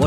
我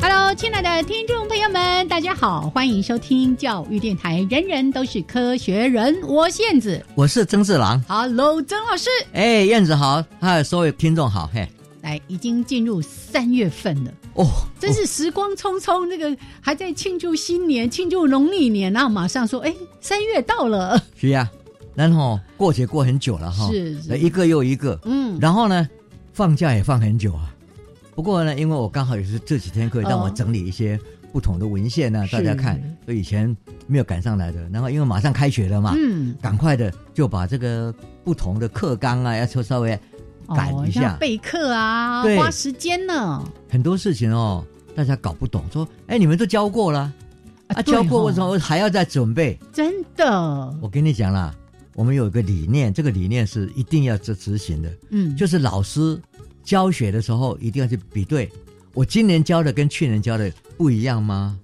Hello，亲爱的听众朋友们，大家好，欢迎收听教育电台《人人都是科学人》，我是燕子。我是曾志郎。 Hello，曾老师，哎，燕子好，还有所有听众好，嘿，来，已经进入三月份了。哦，真是时光匆匆，那个还在庆祝新年、庆祝农历年，然后马上说：“哎，三月到了。是呀、哦然后过节过很久了哈，哎是是一个又一个”，嗯，然后呢，放假也放很久啊。不过呢，因为我刚好也是这几天可以让我哦整理一些不同的文献呢、嗯是大家看，就以前没有赶上来的。然后因为马上开学了嘛，嗯，赶快的就把这个不同的课纲啊，要稍稍微赶哦一下要备课啊，对花时间呢。很多事情哦，大家搞不懂，说哎，你们都教过了啊，对教过哦为什么还要再准备？真的，我跟你讲啦，我们有一个理念，这个理念是一定要执执行的，嗯，就是老师教学的时候一定要去比对，我今年教的跟去年教的不一样吗？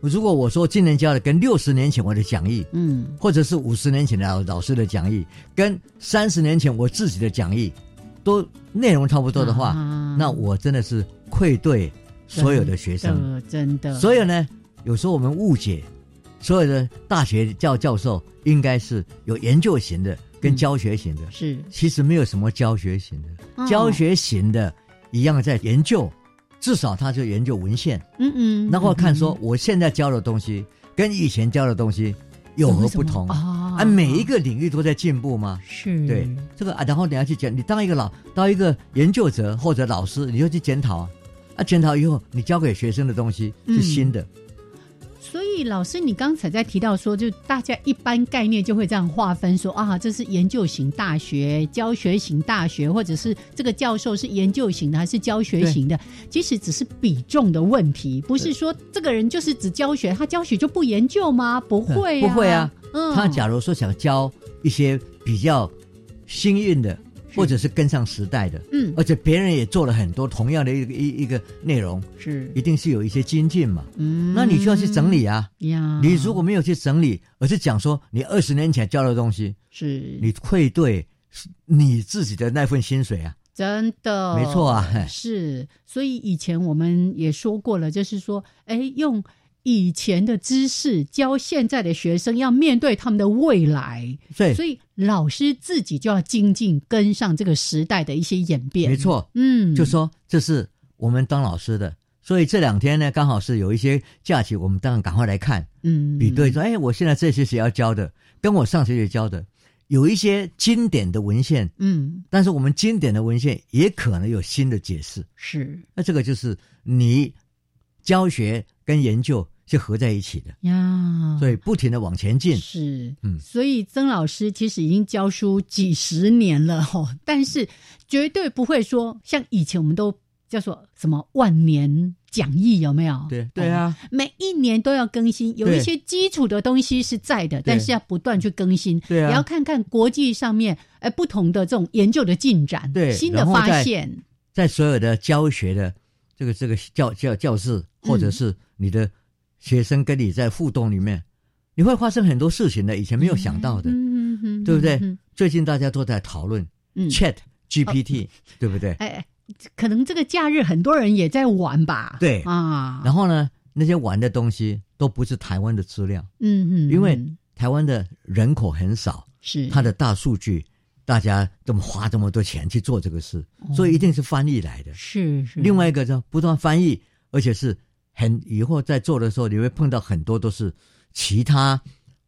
如果我说今年教的跟六十年前我的讲义，嗯，或者是五十年前的老老师的讲义，跟三十年前我自己的讲义，都内容差不多的话，啊那我真的是愧对所有的学生。的真的，所以有呢，有时候我们误解，所有的大学教教授应该是有研究型的跟嗯教学型的，是其实没有什么教学型的，哦教学型的一样在研究，至少他就研究文献，嗯嗯，然后看说嗯我现在教的东西跟以前教的东西有何不同怎么怎么啊啊？每一个领域都在进步吗？是对，这个啊，然后你要去检，你当一个老当一个研究者或者老师，你就去检讨啊，啊，检讨以后你教给学生的东西是新的，所以老师，你刚才在提到说，就大家一般概念就会这样划分说啊，这是研究型大学、教学型大学，或者是这个教授是研究型的还是教学型的，其实只是比重的问题，不是说这个人就是只教学，他教学就不研究吗？不会、不会啊，嗯，他假如说想教一些比较新运的，是或者是跟上时代的，嗯而且别人也做了很多同样的一个一一个内容，是一定是有一些精进嘛。嗯，那你就要去整理啊。呀，你如果没有去整理，而是讲说你二十年前教的东西，是你愧对你自己的那份薪水啊，真的没错啊。嘿是，哦所以以前我们也说过了，就是说，哎，用以前的知识教现在的学生，要面对他们的未来，所以所以老师自己就要精进，跟上这个时代的一些演变。没，错，嗯，就说这是我们当老师的。所以这两天呢，刚好是有一些假期，我们当然赶快来看嗯，比对，说，哎，我现在这学期要教的，跟我上学期教的，有一些经典的文献，嗯，但是我们经典的文献也可能有新的解释。是那这个就是你教学跟研究是合在一起的，呀，所以不停的往前进。是，嗯所以曾老师其实已经教书几十年了哦，但是绝对不会说像以前我们都叫做什么万年讲义有没有？对对啊，哦每一年都要更新，有对一些基础的东西是在的，对但是要不断去更新，对啊也要看看国际上面哎不同的这种研究的进展，对新的然后发再现，在所有的教学的这个这个教教教室，嗯或者是你的学生跟你在互动里面，你会发生很多事情的，以前没有想到的。嗯嗯对不对嗯最近大家都在讨论嗯 Chat GPT，、对不对？哎哎，可能这个假日很多人也在玩吧？对啊，然后呢，那些玩的东西都不是台湾的资料，嗯嗯，因为嗯台湾的人口很少，是它的大数据，大家这么花这么多钱去哦做这个事，所以一定是翻译来的。是是，另外一个呢，不断翻译，而且是很以后在做的时候，你会碰到很多都是其他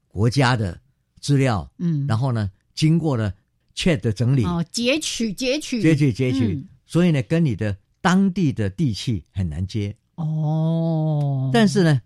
国家的资料，嗯，然后呢，经过了 Chat 的整理，哦，截取截取截取截取，嗯所以呢，跟你的当地的地气很难接，哦，嗯但是呢，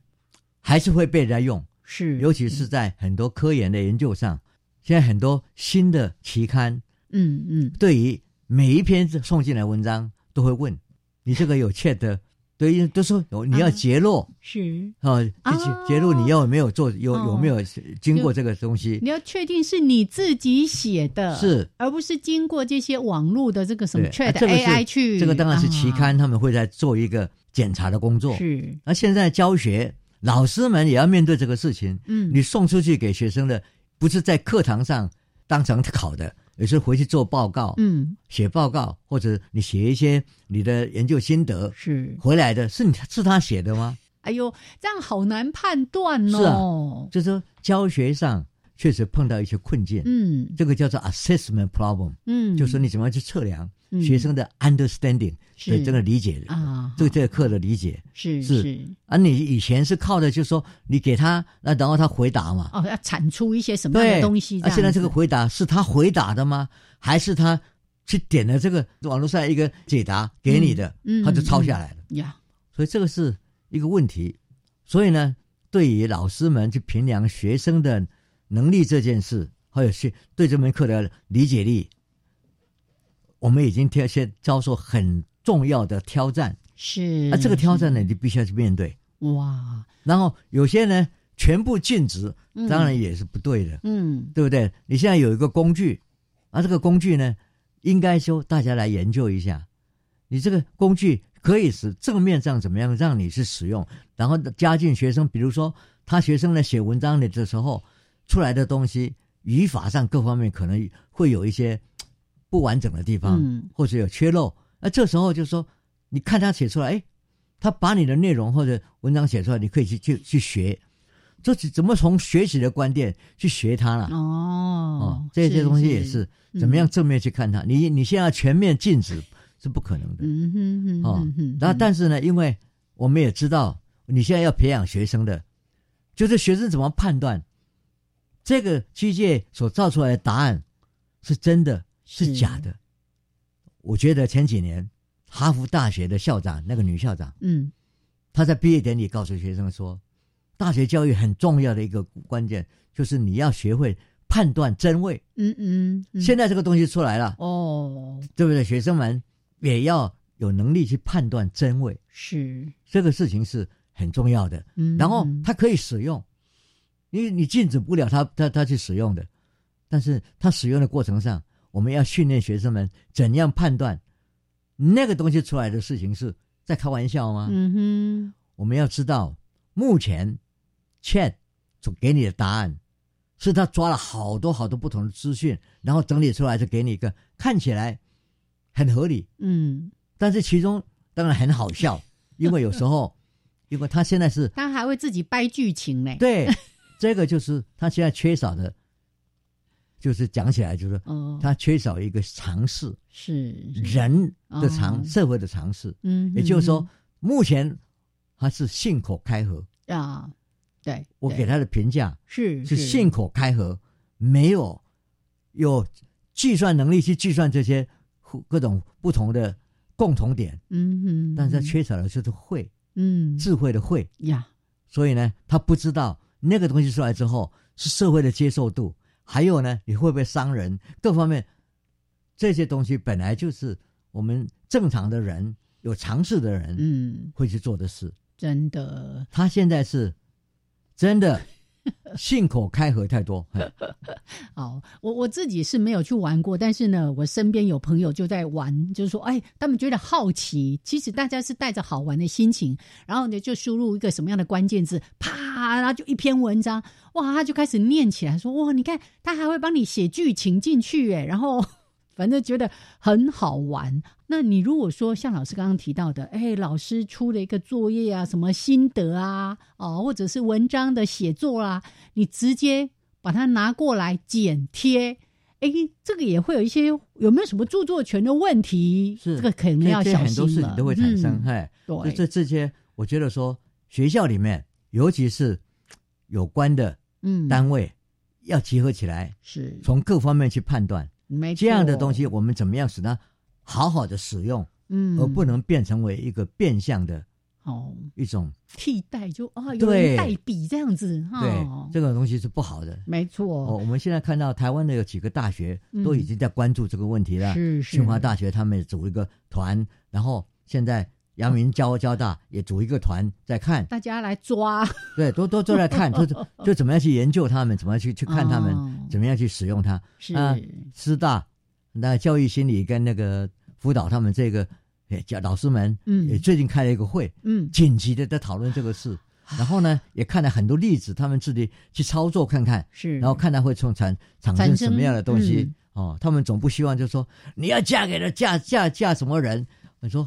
还是会被人家用，是尤其是在很多科研的研究上，现在很多新的期刊嗯嗯对于每一篇送进来的文章都会问你这个有 Chat 的，对，因为都说有你要啊揭露。是，哦，哦揭揭露你有没有做，有有没有经过这个东西？你要确定是你自己写的，是，而不是经过这些网络的这个什么对， Chat 啊这个是 AI 去，这个当然是期刊，啊他们会在做一个检查的工作。是，那现在教学，老师们也要面对这个事情。嗯，你送出去给学生的，不是在课堂上当场考的，而是回去做报告、嗯写报告，或者你写一些你的研究心得是，回来的，是你是他写的吗？哎呦，这样好难判断是啊哦，就是说教学上确实碰到一些困境，嗯这个叫做 assessment problem。嗯，就是你怎么样去测量嗯学生的 understanding 是对这个理解，啊，对这个课的理解。是是是而你以前是靠的，就是说你给他，那然后他回答嘛，哦，要产出一些什么样对，的东西？而现在这个样子回答是他回答的吗？还是他去点了这个网络上一个解答给你的，嗯嗯他就抄下来了？呀，所以这个是一个问题。所以呢，对于老师们去评量学生的能力这件事，还有学对这门课的理解力，我们已经挑先遭受很重要的挑战。是啊那、这个挑战呢，是你必须要去面对。哇，然后有些呢，全部禁止，嗯当然也是不对的，嗯对不对？你现在有一个工具，啊，这个工具呢，应该说大家来研究一下，你这个工具可以使正面上怎么样让你去使用，然后加进学生，比如说他学生呢写文章的时候出来的东西，语法上各方面可能会有一些嘖不完整的地方，嗯或者有缺漏，那这时候就说，你看他写出来，哎，他把你的内容或者文章写出来，你可以去去去学。这是怎么从学习的观点去学它了？哦啊哦，，这些东西是也是嗯怎么样正面去看它。你你现在全面禁止是不可能的。嗯哼哼哦哼哼，然后，但是呢，因为我们也知道，你现在要培养学生的，就是学生怎么判断这个机械所造出来的答案是真的是假的。我觉得前几年哈佛大学的校长，那个女校长，嗯她在毕业典礼告诉学生说，大学教育很重要的一个关键就是你要学会判断真伪。嗯嗯，嗯现在这个东西出来了，哦对不对？学生们也要有能力去判断真伪，是，这个事情是很重要的。嗯，然后嗯它可以使用，你你禁止不了他他他去使用的，但是他使用的过程上，我们要训练学生们怎样判断那个东西出来的事情是在开玩笑吗？嗯我们要知道，目前 Chat 所给你的答案，是他抓了好多好多不同的资讯，然后整理出来，就给你一个看起来很合理，哼嗯，但是其中当然很 好笑，因为有时候，因为他现在是他还会自己掰剧情嘞，， 对这个就是他现在缺少的，就是讲起来就是哦，他缺少一个尝试，是是人的尝哦社会的尝试，嗯，也就是说，目前他是信口开河。嗯啊，对，我给对他的评价是是信口开河，没有有计算能力去计算这些各种不同的共同点，嗯哼，但是他嗯缺少的就是会嗯智慧的会，呀，所以呢，他不知道那个东西出来之后是社会的接受度，还有呢，你会不会伤人，各方面这些东西本来就是我们正常的人有常识的人嗯，会去做的事。真的他现在是真的信口开河太多，嘿哦，我我自己是没有去玩过，但是呢，我身边有朋友就在玩，就是说，哎，他们觉得好奇，其实大家是带着好玩的心情，然后呢就输入一个什么样的关键字，啪，然后就一篇文章，哇，他就开始念起来，说，哇，你看他还会帮你写剧情进去，哎，然后 反正觉得很好玩。那你如果说像老师刚刚提到的，哎，老师出了一个作业啊，什么心得啊，哦，或者是文章的写作啊，你直接把它拿过来剪贴，哎，这个也会有一些有没有什么著作权的问题？是这个可能要这小很多心事了。情都会产生，嗯嘿，对，这这这些，我觉得说学校里面，尤其是有关的嗯，单位，要集合起来，是从各方面去判断没这样的错东西，，我们怎么样使它好好的使用，嗯，而哦不能变成为一个变相的哦一种。替代就啊，有人对代笔这样子哈，对，这种东西是不好的。没哦，错，我们现在看到台湾的有几个大学嗯都已经在关注这个问题了。是是，清华大学他们也组一个团，然后现在阳明交交大也组一个团在看，大家来 抓，对，都都都在看，都是就怎么样去研究他们，怎么样去去看他们，哦怎么样去使用它。是啊师大那教育心理跟那个辅导他们这个诶教老师们，嗯也最近开了一个会，嗯紧急的在讨论这个事。啊然后呢，也看了很多例子，他们自己去操作看看，是，然后看它会从产产产生生什么样的东西、嗯哦。他们总不希望就说你要嫁给他嫁嫁嫁什么人，我说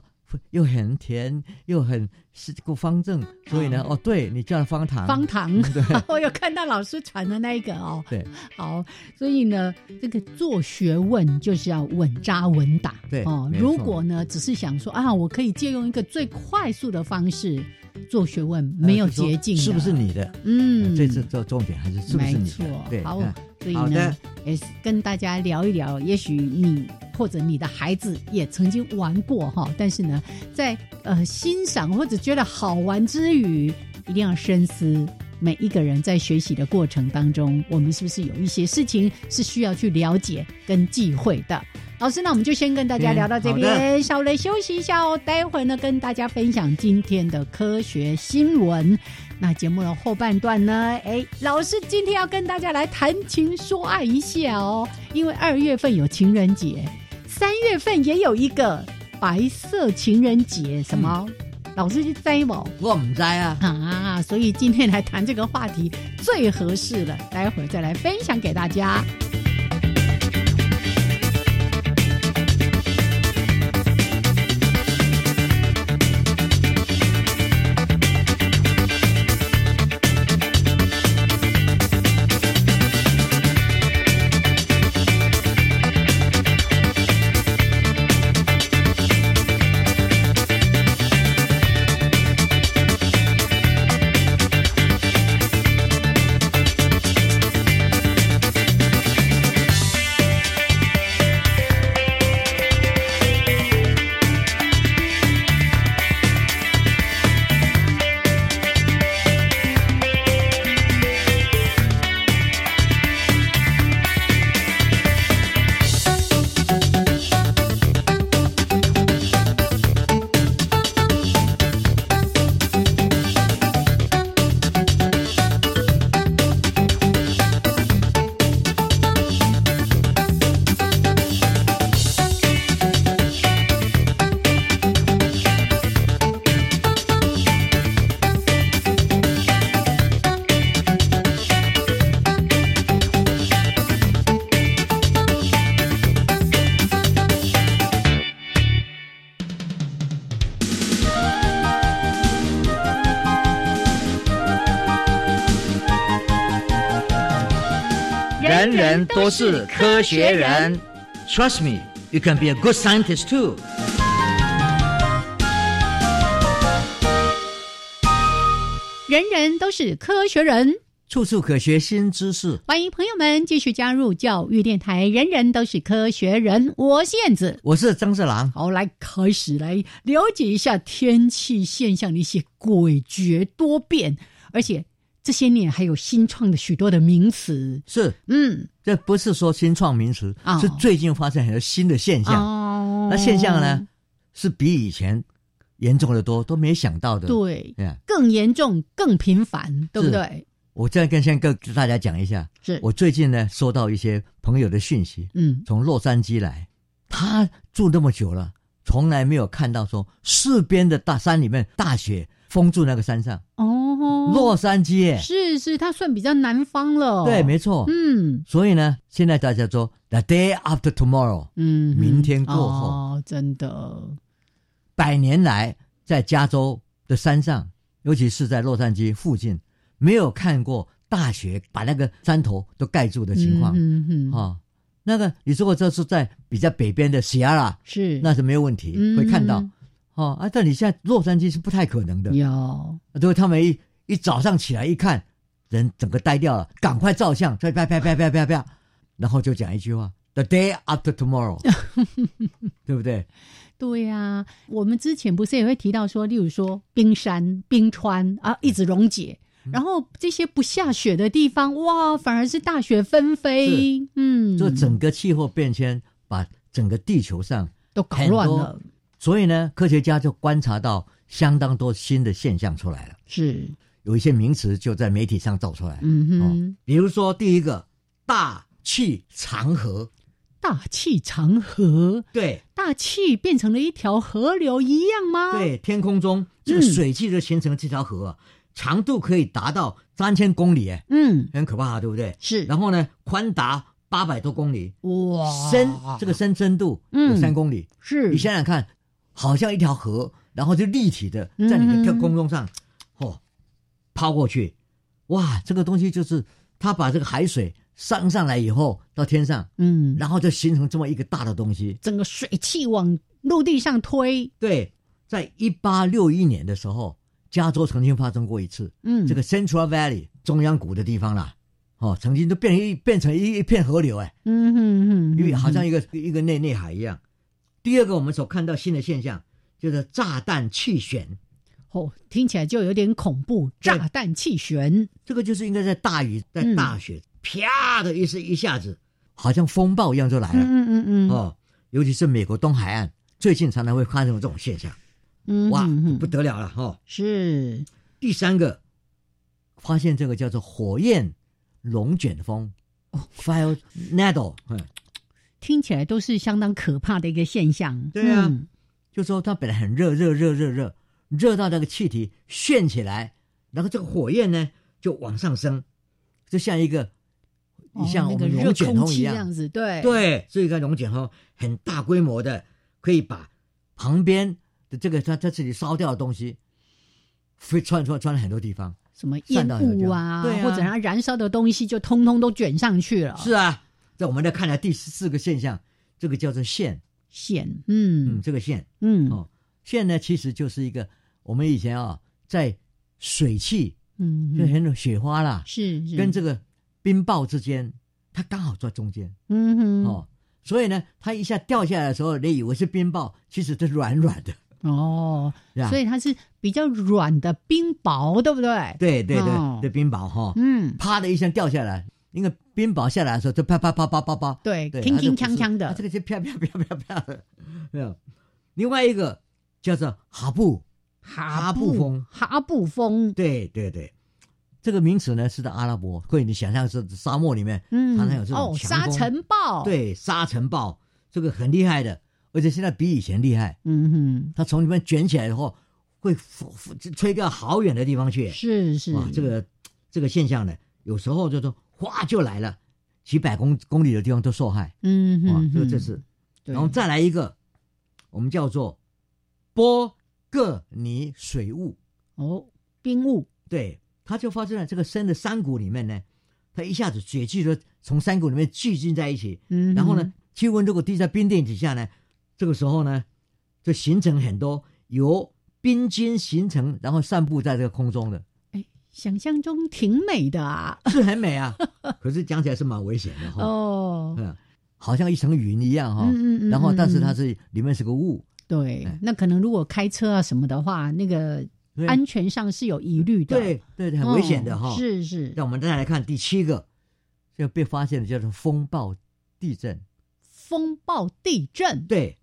又很甜又很是够方正，所以呢，啊哦，对你叫方糖，方糖， 我有看到老师传的那一个哦，对好，所以呢，这个做学问就是要稳扎稳打。对哦，没错如果呢，只是想说啊，我可以借用一个最快速的方式做学问，呃没有就说捷径的，是不是你的？嗯，这次做重点还是是不是没你错的？对，好嗯，所以好呢的，也是跟大家聊一聊，也许你或者你的孩子也曾经玩过哈，但是呢，在呃欣赏或者觉得好玩之余，一定要深思。每一个人在学习的过程当中，我们是不是有一些事情是需要去了解跟忌讳的？老师，那我们就先跟大家嗯聊到这边，稍微休息一下哦。待会呢，跟大家分享今天的科学新闻。那节目的后半段呢，哎，老师今天要跟大家来谈情说爱一下哦，因为二月份有情人节，三月份也有一个白色情人节，什么？嗯老师去摘某我唔知啊。啊，所以今天来谈这个话题最合适了，待会儿再来分享给大家。人人都是科学人。Trust me, you can be a good scientist too. 人人都是科学人。处处可学新知识。欢迎朋友们继续加入教育电台，人人都是科学人，我是燕子。我是张志郎，好，来开始来了解一下天气现象的一些诡谲多变，而且这些年还有新创的许多的名词。是嗯，这不是说新创名词，哦是最近发生很多新的现象。哦那现象呢，？是比以前严重的多，都没想到的。对，嗯，更严重、更频繁，对不是对？我再跟先跟大家讲一下，是，我最近呢收到一些朋友的讯息，嗯，从洛杉矶来，他住那么久了，从来没有看到说四边的大山里面大雪封住那个山上，哦，洛杉矶耶，是是，它算比较南方了。对，没错。嗯所以呢，现在大家说 the day after tomorrow，嗯，明天过后哦，真的，百年来在加州的山上，尤其是在洛杉矶附近，没有看过大雪把那个山头都盖住的情况啊、嗯嗯嗯哦。那个，你如果这是在比较北边的 Sierra，是那是没有问题，嗯会看到啊、哦啊，但你现在洛杉矶是不太可能的。有对，他们一一早上起来一看，人整个呆掉了，赶快照相，再啪啪啪啪啪啪，然后就讲一句话：“The day after tomorrow”，对不对？对呀、我们之前不是也会提到说，例如说冰山、冰川嗯啊，一直溶解。然后这些不下雪的地方，哇，反而是大雪纷飞，嗯，就整个气候变迁把整个地球上，都搞乱很了多，所以呢，科学家就观察到相当多新的现象出来了，是，有一些名词就在媒体上造出来。嗯哼，哦，比如说第一个大气长河，大气长河，对大气变成了一条河流一样吗？，对，天空中嗯这个水汽就形成了这条河啊，长度可以达到三千公里，哎，嗯，很可怕，对不对？是，然后呢，宽达八百多公里，哇，深这个深深度有嗯三公里，是，你想想看，好像一条河，然后就立体的嗯在你的天空中上，哦，抛过去，哇，这个东西就是它把这个海水上上来以后到天上，嗯，然后就形成这么一个大的东西。整个水汽往陆地上推，对，在一八六一年的时候，加州曾经发生过一次，嗯，这个 Central Valley 中央谷的地方啦，哦，曾经都变成一变成一一片河流，哎，嗯哼哼，因为哼好像一个一个内内海一样。第二个，我们所看到新的现象就是炸弹气旋，哦，听起来就有点恐怖，对炸弹气旋，这个就是应该在大雨、在嗯大雪，啪的一声，一下子好像风暴一样就来了、嗯嗯嗯，哎哦。尤其是美国东海岸，最近常常会发生这种现象，嗯，哇嗯，不得了了哈、哦！是，第三个，发现这个叫做火焰龙卷风哦 （fire needle），嗯，听起来都是相当可怕的一个现象，对啊嗯就说它本来很热，热，热，热，热，热到那个气体旋起来，然后这个火焰呢就往上升，就像一个、哦像那我个们热龙卷空风气一这样样，子，对，对，所以看龙卷风很大规模的，可以把旁边的这个它它自己烧掉的东西，飞窜窜窜了很多地方。什么散烟到很雾久啊，对啊或者它燃烧的东西就通通都卷上去了，是啊，在我们来看来第十四个现象，这个叫做线，线，嗯，嗯这个线嗯哦，线呢其实就是一个我们以前啊、在水汽嗯，就很有雪花啦，是是跟这个冰雹之间，它刚好在中间嗯哼哦，所以呢，它一下掉下来的时候，你以为是冰雹，其实它软软的，哦，是吧？所以它是比较软的冰雹，对不对？对对对，哦这冰雹哈、嗯，啪的一声掉下来，因为冰雹下来的时候，就啪啪啪啪啪啪，对，对，铿它就铿不锵是锵它的这，个就啪啪啪啪啪的，没有。另外一个叫做哈布，哈布风，哈布风，对对对，这个名词呢是在阿拉伯，或者你想象是沙漠里面，嗯常常有这，种哦，强沙风尘暴，，对沙尘暴，这个很厉害的，而且现在比以前厉害，嗯它从里面卷起来以后，会拂拂吹到好远的地方去哼，，是是哇，，这个这个现象呢，有时候就说哗就来了，几百公公里的地方都受害，嗯哇哼，，这个哼这是。对然后再来一个，我们叫做波各尼水雾。哦，冰雾，对，它就发生在这个深的山谷里面呢，它一下子雪气就从山谷里面聚集在一起，嗯，然后呢，，气温如果低在冰点底下呢，这个时候呢，就形成很多由冰晶形成，然后散布在这个空中的，想象中挺美的啊，是很 美啊。可是讲起来是蛮危险的哈、哦，嗯，好像一层云一样哈、嗯嗯嗯然后但是嗯它嗯是里面是个雾，对哎，那可能如果开车啊什么的话，那个对安全上是有疑虑的，对对，很危险的哦哈、是是，让我们再来看第七个，就被发现的叫做风暴地震。风暴、地震，对，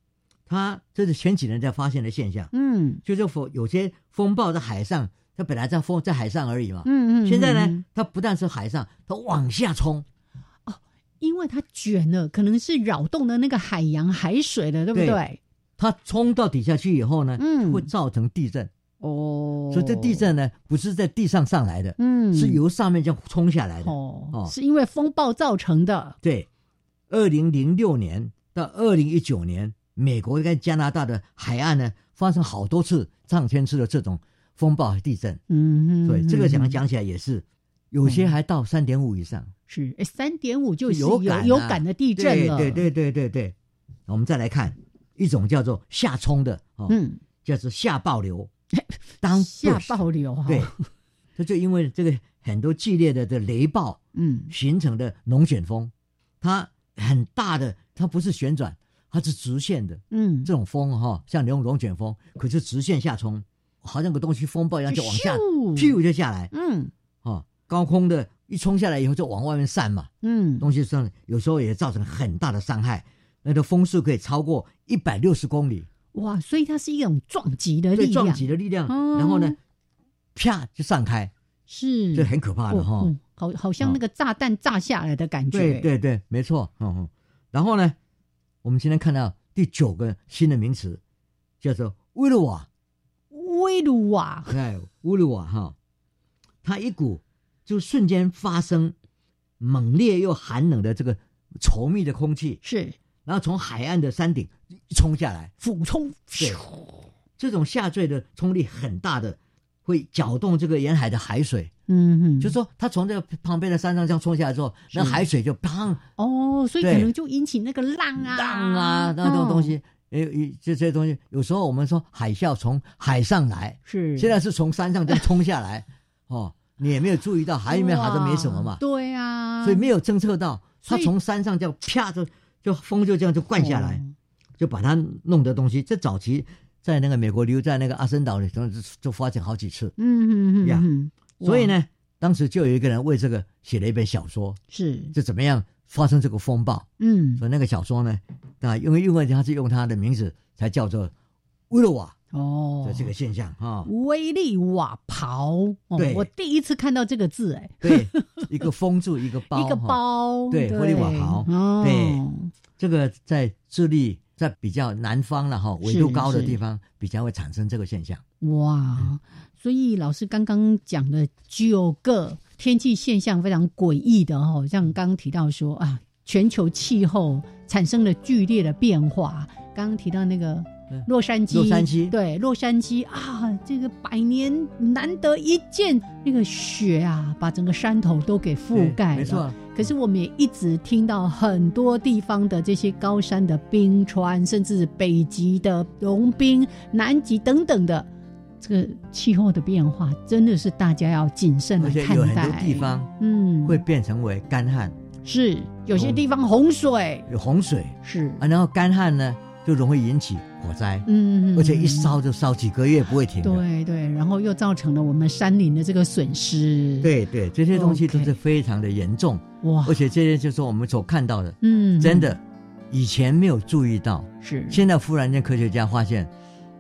它这是前几年才发现的现象，嗯就是风有些风暴在海上，它本来在风在海上而已嘛，嗯嗯，现在嗯呢，，它不但是海上，它往下冲，因为它卷了，可能是扰动了那个海洋海水了，对不对对？它冲到底下去以后呢，嗯会造成地震。哦，所以这地，震呢，不是在地上上来的，嗯，是由上面这样冲下来的。哦哦，是因为风暴造成的，对，二零零六年到二零一九年，美国跟加拿大的海岸呢，发生好多次、上千次的这种风暴和地震。嗯哼，对，这个嗯讲哼讲起来也是，有些还到三点五以上，是哎三点五就是有有感有啊感的地震了，对对对对对对。我们再来看一种叫做下冲的哦，嗯，叫做下暴 流，当下 burst，暴流啊哈，对，它就因为这个很多剧烈的的雷暴嗯形成的龙卷风，它很大的，它不是旋转，它是直线的。嗯，这种风哈、像用龙卷风，可是直线下冲，好像个东西风暴一样就往下，咻咻就下来嗯哦，高空的一冲下来以后就往外面散嘛，嗯，东西上有时候也造成很大的伤害，那个风速可以超过一百六十公里，哇，所以它是一种撞击的对力量，撞击的力量，哦然后呢，啪就散开，是这很可怕的哈、哦嗯好好像那个炸弹炸下来的感觉，对对对，没错，嗯嗯。然后呢，我们今天看到第九个新的名词，叫做威鲁瓦。威鲁瓦，哎，乌鲁瓦哈，它一股就瞬间发生猛烈又寒冷的这个稠密的空气，是然后从海岸的山顶一冲下来，俯冲，对这种下坠的冲力很大的，会搅动这个沿海的海水。嗯嗯，就是说，它从这个旁边的山上这样冲下来之后，那是海水就砰哦，所以可对能就引起那个浪啊浪啊，那种东，哦西，哎，一这些东西，有时候我们说海啸从海上来，是现在是从山上这样冲下 来，哦，你也没有注意到海里面好像没什么嘛哇，对啊，所以没有侦测到，所它以从山上这样啪就就风就这样就灌下来，哦就把它弄的东西。这早期在那个美国留在那个阿森岛里头就就发展好几次，嗯嗯嗯呀嗯，哇所以呢，当时就有一个人为这个写了一本小说，是就怎么样发生这个风暴。嗯所以那个小说呢，啊，因为因为他是用他的名字才叫做乌鲁瓦哦的这个现象啊、威力瓦袍，哦对我第一次看到这个字，哎，对，一个风住一个 包，一个哈包，对威力瓦袍哦对这个在智利，在比较南方了哈，纬度是高的是地方，比较会产生这个现象。哇，所以老师刚刚讲的九个天气现象非常诡异的哦，像刚刚提到说啊，全球气候产生了剧烈的变化，刚刚提到那个嗯。洛杉矶，洛杉矶对洛杉矶啊，这个百年难得一见，那个雪啊，把整个山头都给覆对盖了。没错。可是我们也一直听到很多地方的这些高山的冰川，甚至北极的融冰、南极等等的，这个气候的变化真的是大家要谨慎来而且看有很待。多地，方嗯，会变成为干旱，是有些地方洪水，有洪水是，啊，然后干旱呢就容易引起火灾，嗯，而且一烧就烧几个月不会停的。对对，然后又造成了我们山林的这个损失。，对对，这些东西都 OK 是非常的严重，哇而，且这些就是我们所看到的，嗯，真的以前没有注意到，是，现在忽然间科学家发现，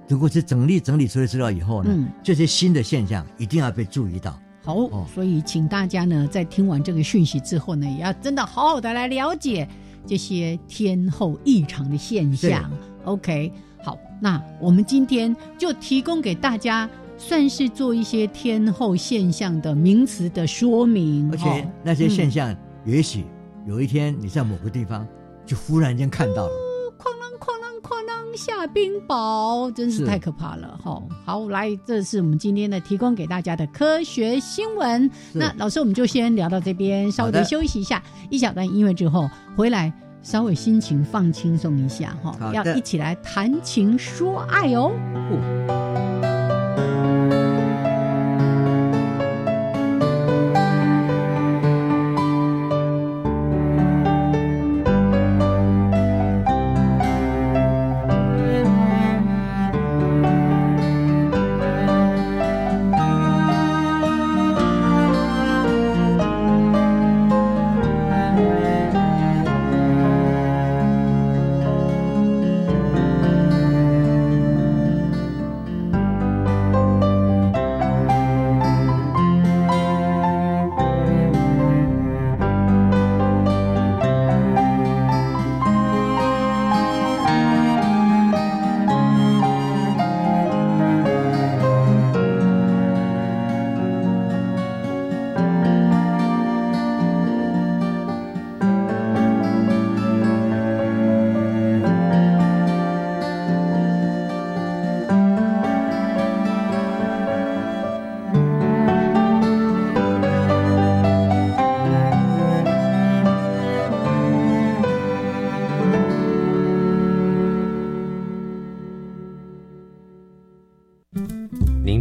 如果是整理整理出来资料以后呢嗯，这些新的现象一定要被注意到。好，哦所以请大家呢，在听完这个讯息之后呢，也要真的好好的来了解这些天后异常的现象。OK，好，那我们今天就提供给大家，算是做一些天后现象的名词的说明，而哦且那些现象，也许有一天你在某个地方就忽然间看到了。哐啷哐啷哐啷下冰雹，真是是太可怕了哈、好，来，这是我们今天的提供给大家的科学新闻。是那老师，我们就先聊到这边，稍微好的休息一下，一小段音乐之后回来，稍微心情放轻松一下哈、好要的一起来谈情说爱哦。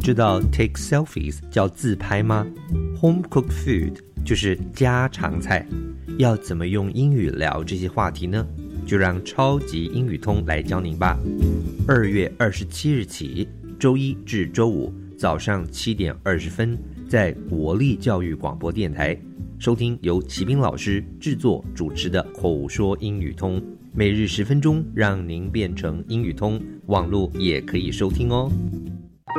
知道 take selfies 叫自拍吗？Home cooked food 就是家常菜，要怎么用英语聊这些话题呢？就让超级英语通来教您吧。二月二十七日起，周一至周五早上七点二十分，在国立教育广播电台收听由齐斌老师制作主持的《口说英语通》，每日十分钟，让您变成英语通。网络也可以收听哦。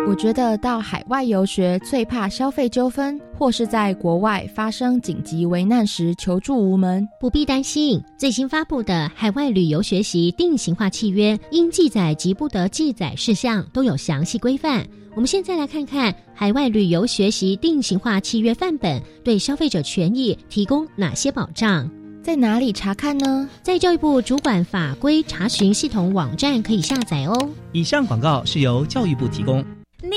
我觉得到海外游学最怕消费纠纷，或是在国外发生紧急危难时求助无门。不必担心，最新发布的《海外旅游学习定型化契约》应记载及不得记载事项都有详细规范。我们现在来看看海外旅游学习定型化契约范本对消费者权益提供哪些保障。在哪里查看呢？在教育部主管法规查询系统网站可以下载哦。以上广告是由教育部提供。你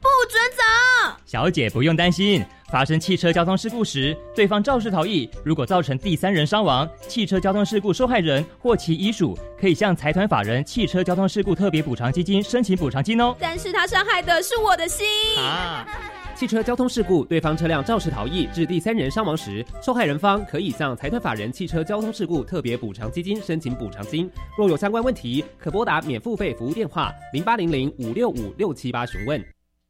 不准走！小姐不用担心，发生汽车交通事故时，对方肇事逃逸，如果造成第三人伤亡，汽车交通事故受害人或其遗属可以向财团法人汽车交通事故特别补偿基金申请补偿金哦。但是他伤害的是我的心。 啊！汽车交通事故，对方车辆肇事逃逸致第三人伤亡时，受害人方可以向财团法人汽车交通事故特别补偿基金申请补偿金。若有相关问题，可拨打免付费服务电话零八零零五六五六七八询问。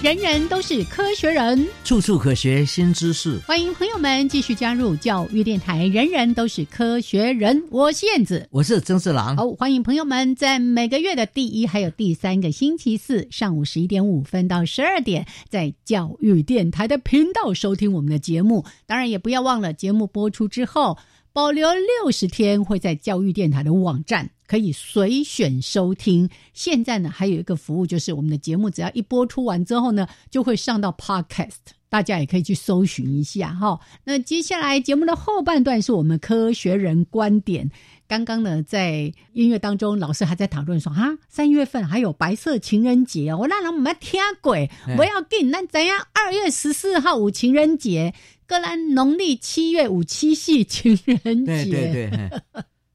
人人都是科学人。处处可学新知识。欢迎朋友们继续加入教育电台，人人都是科学人，我是燕子。我是曾志郎，好，欢迎朋友们在每个月的第一还有第三个星期四上午十一点五分到十二点，在教育电台的频道收听我们的节目。当然，也不要忘了节目播出之后，保留六十天会在教育电台的网站可以随选收听。现在呢，还有一个服务就是我们的节目只要一播出完之后呢，就会上到 Podcast。大家也可以去搜寻一下哈。那接下来节目的后半段是我们科学人观点。刚刚呢，在音乐当中，老师还在讨论说，哈，三月份还有白色情人节哦，那人们听鬼，不要紧，那怎样？二月十四号有情人节，格兰农历七月五七夕情人节。对对对，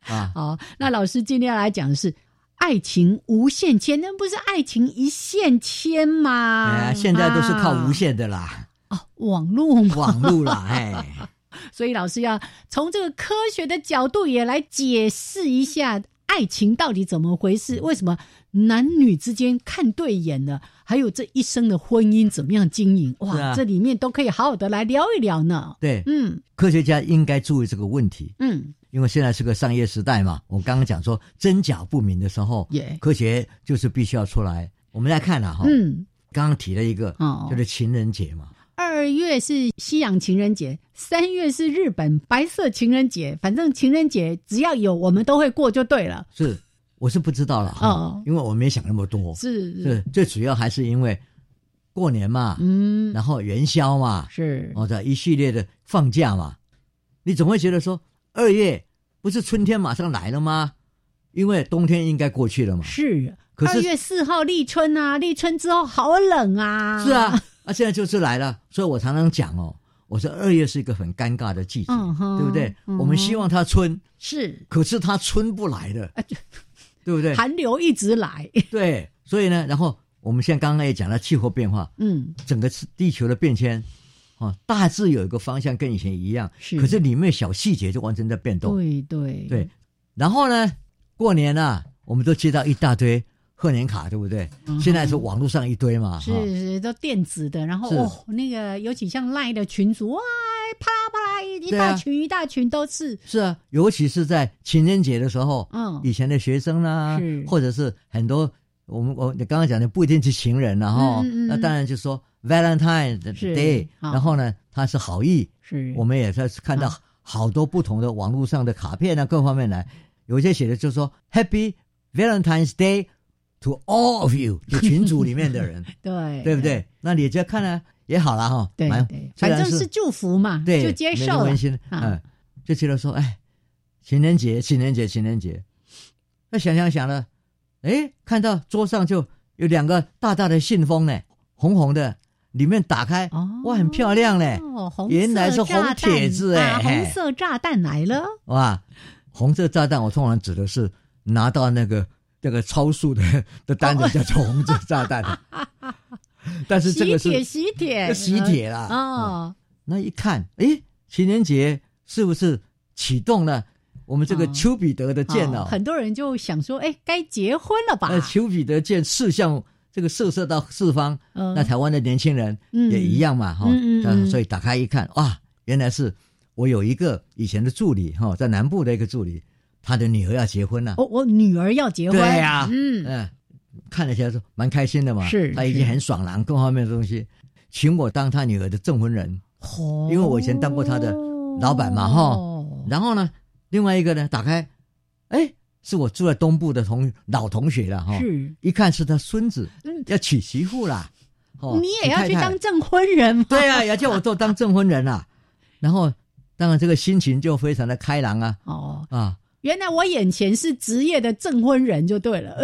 嘿啊，好，那老师今天要来讲的是爱情无限牵，那不是爱情一线牵吗？哎呀，现在都是靠无啊线的啦，哦，网络嘛。网 路啦，哎，所以老师要从这个科学的角度也来解释一下爱情到底怎么回事，为什么男女之间看对眼了，还有这一生的婚姻怎么样经营？哇，是啊这里面都可以好好的来聊一聊呢。对，嗯科学家应该注意这个问题，嗯，因为现在是个商业时代嘛。我刚刚讲说真假不明的时候，耶，科学就是必须要出来。我们来看了哈，嗯，刚刚提了一个，哦就是情人节嘛，二月是西洋情人节，三月是日本白色情人节，反正情人节只要有我们都会过就对了。是我是不知道了哈，哦因为我没想那么多。是哦是最主要还是因为过年嘛，嗯，然后元宵嘛，是或者一系列的放假嘛，你总会觉得说二月不是春天马上来了吗？因为冬天应该过去了嘛。是。嗯可二是月四号立春啊，立春之后好冷啊。是啊，啊，现在就是来了，所以我常常讲哦，我说二月是一个很尴尬的季节，嗯哼对不对？嗯哼我们希望它春，是可是它春不来的，啊对不对？寒流一直来， 对，所以呢，然后我们现在刚刚也讲了气候变化，嗯，整个地球的变迁，哦，大致有一个方向跟以前一样，是可是里面小细节就完全在变动。对对对，然后呢，过年啊，我们都接到一大堆贺年卡，对不对？现在是网络上一堆嗯嘛，哦是哈是都电子的，然后是哦，那个尤其像赖的群组，哇，啪啦啪啦一一对啊大群、一大群都是，是啊，尤其是在情人节的时候，嗯以前的学生啦、是或者是很多我们我你刚刚讲的不一定是情人了哈，嗯嗯嗯那当然就说 Valentine 是啊 Day，好然后呢，它是好意，是我们也在看啊到好多不同的网络上的卡片啊，各方面来，有些写的就说 Happy Valentine's Day to all of you，就群组里面 的人，对对不？对？那你就看了、也好了哈，对蛮对，虽反然正是祝福嘛，对，就接没受人了温馨，啊嗯，，就觉得说，哎，情人节，情人节，情人节。那想想想了，哎，看到桌上就有两个大大的信封呢，红红的，里面打开，哇，很漂亮嘞，哦，红色哎原来是红炸弹帖子哎啊嘿红色炸弹来了，哇，红色炸弹，我通常指的是拿到那个那个超速的的单哦子叫做红色炸弹， 但是这喜个是帖喜帖这喜帖啊啦哦，那一看，诶，情人节是不是启动了我们这个哦丘比特的箭哦呢？很多人就想说，哎，该结婚了吧？那丘比特箭射向这个射射到四方，嗯那台湾的年轻人嗯也一样嘛，哈、嗯嗯这样嗯所以打开一看，哇，原来是我有一个以前的助理哈、在南部的一个助理，他的女儿要结婚了、哦，我女儿要结婚，对呀、嗯，嗯，看了一下说蛮开心的嘛，是他已经是很爽朗各方面的东西，请我当他女儿的证婚人，哦因为我以前当过他的老板嘛，哈、哦然后呢，另外一个呢，打开，哎，是我住在东部的同老同学了哈、是一看是他孙子，嗯要娶媳妇啦，哦，你也要去太太当证婚人吗？对啊，也叫我做当证婚人啦、啊 然后，当然这个心情就非常的开朗啊哦，啊，原来我眼前是职业的证婚人就对了，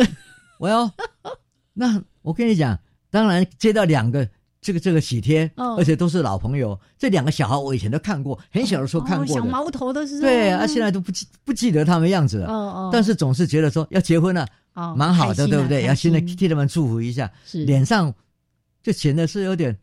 我要，那我跟你讲，当然接到两个。这个这个喜帖，哦而且都是老朋友。这两个小孩我以前都看过，很小的时候看哦过小的。毛头的是对，啊，现在都不记不记得他们样子了。哦哦，但是总是觉得说要结婚了、哦蛮开好的，心啊对不对？开要现在心嗯替他们祝福一下，是脸上就显得是有点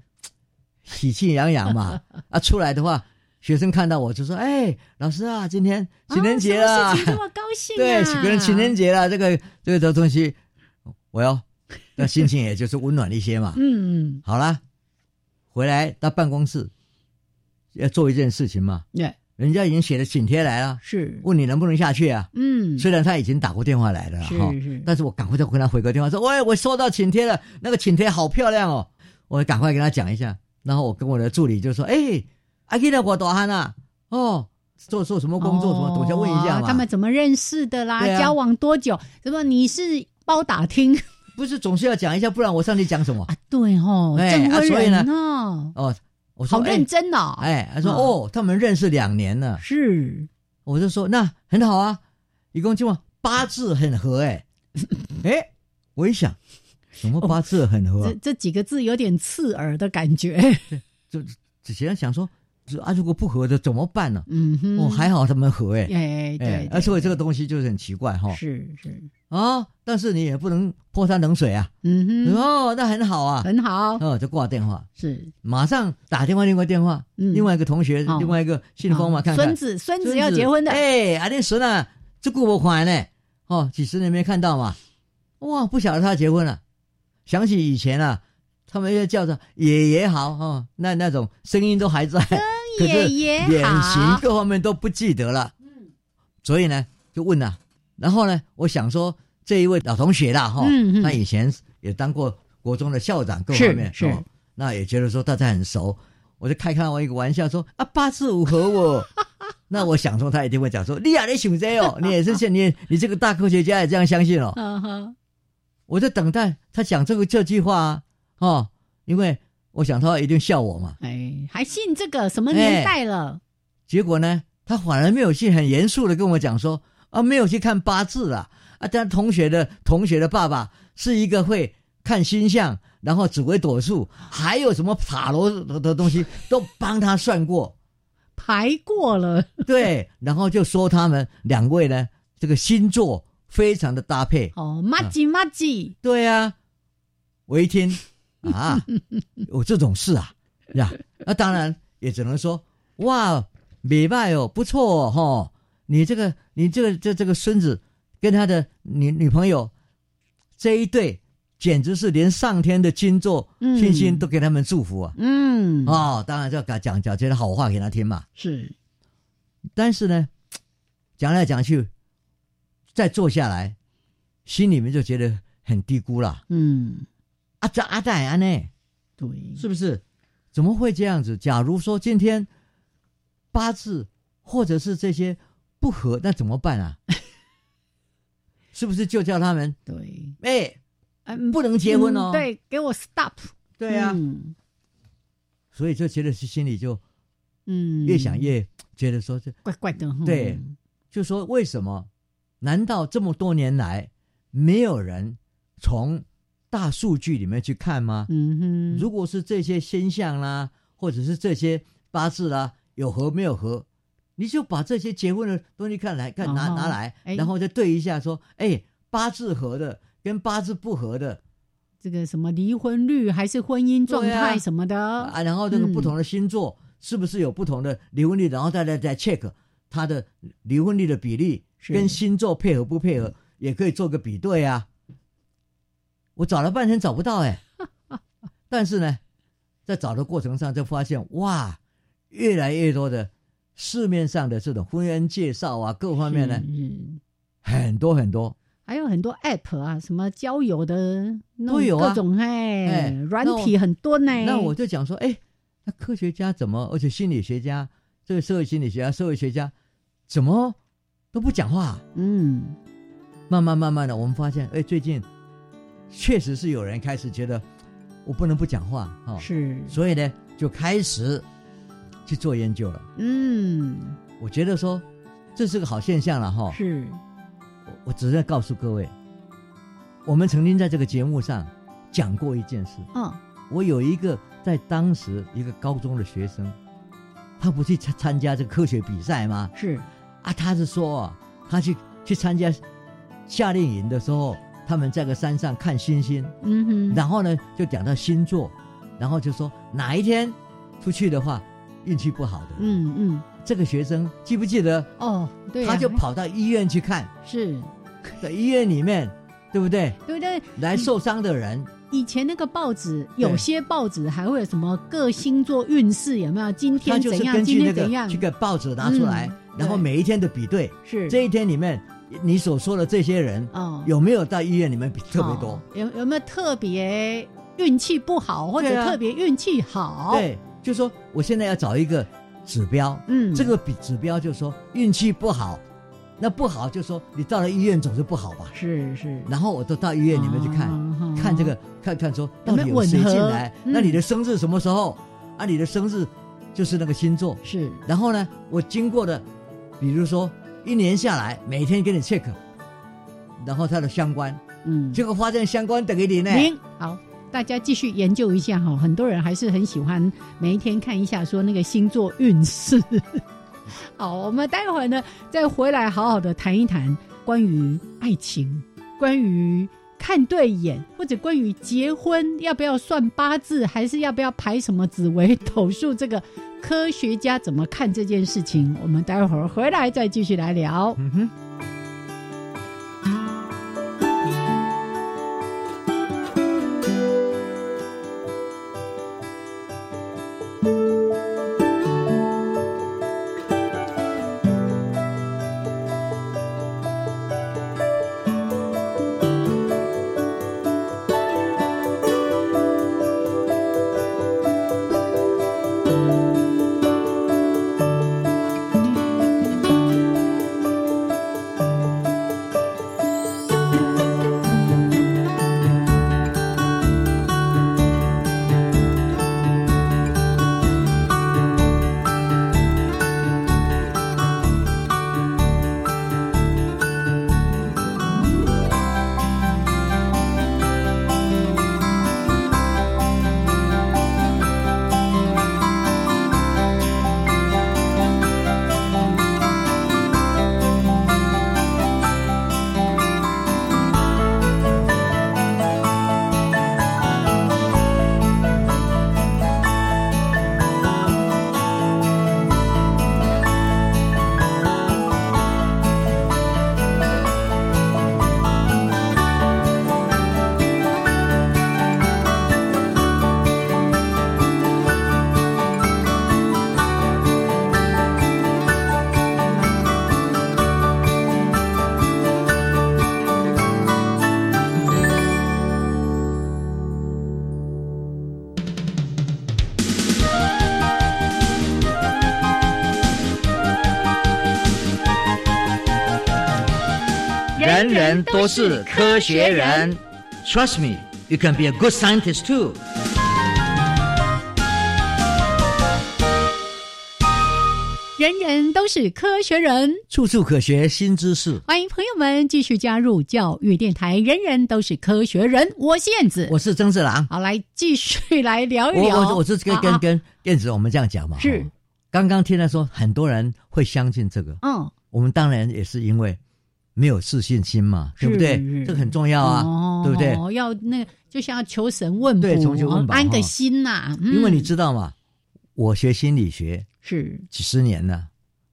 嘖喜气洋 洋嘛。啊，出来的话，学生看到我就说：“哎，老师啊，今天情人节啊，啦，什么事情这么高兴、啊？ 对，情人情人节啦，这个这个东西，我要那心情也就是温暖一 些嘛。嗯，嗯，好啦，回来到办公室要做一件事情嘛，对，人家已经写了请帖来了，是，问你能不能下去啊？嗯，虽然他已经打过电话来了是啊哈是，但是我赶快再跟他回个电话说，喂，我收到请帖了，那个请帖好漂亮哦，我赶快跟他讲一下。然后我跟我的助理就说，哎，阿基的我大汉啊，哦，做做什么工作什么，等一下问一下哦嘛。他们怎么认识的啦？对啊交往多久？什么？你是包打听不是总是要讲一下，不然我上去讲什么？啊？对哦，哎证婚啊所以人呢哦，哦，我说好认，真哦，哎，哎他说嗯哦，他们认识两年了，是我就说那很好啊，一共就八字很合 哎，哎，我一想，什么八字很合啊这？这几个字有点刺耳的感 觉，只想想说，就啊，如果不合的怎么办呢？嗯哼，哦，还好他们合哎、哎，欸，对，而且哦我这个东东西就是很奇怪哈、是是，啊，但是你也不能泼他冷水啊，嗯哼，哦，那很好啊，很好，哦，就挂电话，是马上打电话另外电话，嗯另外一个同学，哦另外一个信封嘛，啊看看孙子孙子要结婚的，哎，阿那孙啊，这顾我款呢，哦，几十年没看到嘛，哇，不晓得他结婚了，想起以前啊。他们要叫着爷爷好哦，那那种声音都还在，可哎爷是爷脸型好，各方面都不记得了。所以呢，就问了、然后呢，我想说这一位老同学啦，哈、嗯嗯他以前也当过国中的校长，各是方面是哦那也觉得说大家很熟，我就开开我一个玩笑说啊，八字五 合我。那我想说，他一定会讲说：“你啊，你想这哦，你也是像你，你这个大科学家也这样相信哦。嗯哼，”我在等待他讲这个这句话啊，哦，因为我想他一定笑我嘛。哎，还信这个什么哎年代了？结果呢，他反而没有去很严肃的跟我讲说啊，没有去看八字啊啊，他同学的同学的爸爸是一个会看星象，然后紫微斗数，还有什么塔罗的的东西都帮他算过，排过了，对，然后就说他们两位呢，这个星座非常的搭配，哦，麻吉麻吉，对啊，我 一听啊，有这种事啊，呀，那当然也只能说哇，美拜哦，不错哦，吼你这个你这个这这个孙子跟他的女女朋友这一对，简直是连上天的金座嗯星星都给他们祝福啊！嗯，哦，当然就要给他讲讲这些好话给他听嘛。是但是呢，讲来讲去，再坐下来，心里面就觉得很低估了。嗯，啊，这阿戴安呢？对，是不是？怎么会这样子？假如说今天八字或者是这些不合，那怎么 办啊？是不是就叫他们对，哎、不能结婚哦？嗯对，给我 stop。对啊，嗯所以就觉得是心里就嗯，越想越觉得说这怪怪的哈。对，就说为什么？难道这么多年来没有人从大数据里面去看吗？嗯哼，如果是这些星象啦，或者是这些八字啦，有合没有合，你就把这些结婚的东西看来看拿、哦拿来哎，然后再对一下，说，哎，八字合的跟八字不合的这个什么离婚率还是婚姻状对啊态什么的啊，然后这个不嗯同的星座是不是有不同的离婚率，然后再来再 check 它的离婚率的比例是嗯跟星座配合不配合，也可以做个比对啊。我找了半天找不到 哎、但是呢，在找的过程上就发现哇，越来越多的市面上的这种婚姻介绍啊，各方面呢是是很多很多，还有很多 app 啊，什么交友的那都有种啊各种哎哎，软那我体很多呢。那我就讲说，哎，那科学家怎么，而且心理学家，这个社会心理学家、社会学家，怎么都不讲话啊、嗯慢慢慢慢的，我们发现，哎，最近确实是有人开始觉得我不能不讲话哦，是所以呢，就开始去做研究了。嗯我觉得说这是个好现象了哈、是我我只是要告诉各位，我们曾经在这个节目上讲过一件事，嗯我有一个在当时一个高中的学生，他不去参参加这个科学比赛吗？是啊，他是说、啊、他去去参加夏令营的时候，他们在个山上看星星，嗯哼，然后呢就讲到星座，然后就说哪一天出去的话运气不好的。嗯嗯这个学生记不记得？哦对啊，他就跑到医院去看，是在医院里面，对不对？对不对？来受伤的人，以前那个报纸，有些报纸还会有什么各星座运势有没有？今他天就是怎根样？今据那天怎个样去？给报纸拿出来嗯，然后对每一天的比对，是这一天里面你所说的这些人哦有没有到医院里面比特别多哦？有有没有特别运气不好或者对啊特别运气好？，对，就说我现在要找一个指标，嗯这个比指标就说运气不好，那不好就说你到了医院总是不好吧。是是然后我都到医院里面去看，啊看这个，看看说到底有没有有谁吻合进来？嗯那你的生日什么时候？啊，你的生日就是那个星座。是然后呢，我经过的，比如说一年下来，每天给你 check，然后它的相关，嗯，结果发现相关等于零呢。零好。大家继续研究一下哈，很多人还是很喜欢每一天看一下说那个星座运势。 好，我们待会儿呢再回来好好的谈一谈关于爱情，关于看对眼，或者关于结婚要不要算八字，还是要不要排什么紫微斗数，这个科学家怎么看这件事情？我们待会儿回来再继续来聊。嗯哼。人人都是科学人。Trust me, you can be a good scientist too. 人人都是科学人，处处可学新知识。欢迎朋友们继续加入教育电台。人人都是科学人，我是燕子，我是曾志郎。好，来继续来哎聊一我聊。我我是跟啊跟啊跟燕子，我们这样讲嘛。是哦刚刚听他说，很多人会相信这个。嗯，我们当然也是因为没有自信心嘛，对不对是？这个很重要啊，哦对不对？？嗯要那个就像要求神问卜，对求神问卜哦安哈个心呐。嗯因为你知道嘛，我学心理学是几十年了，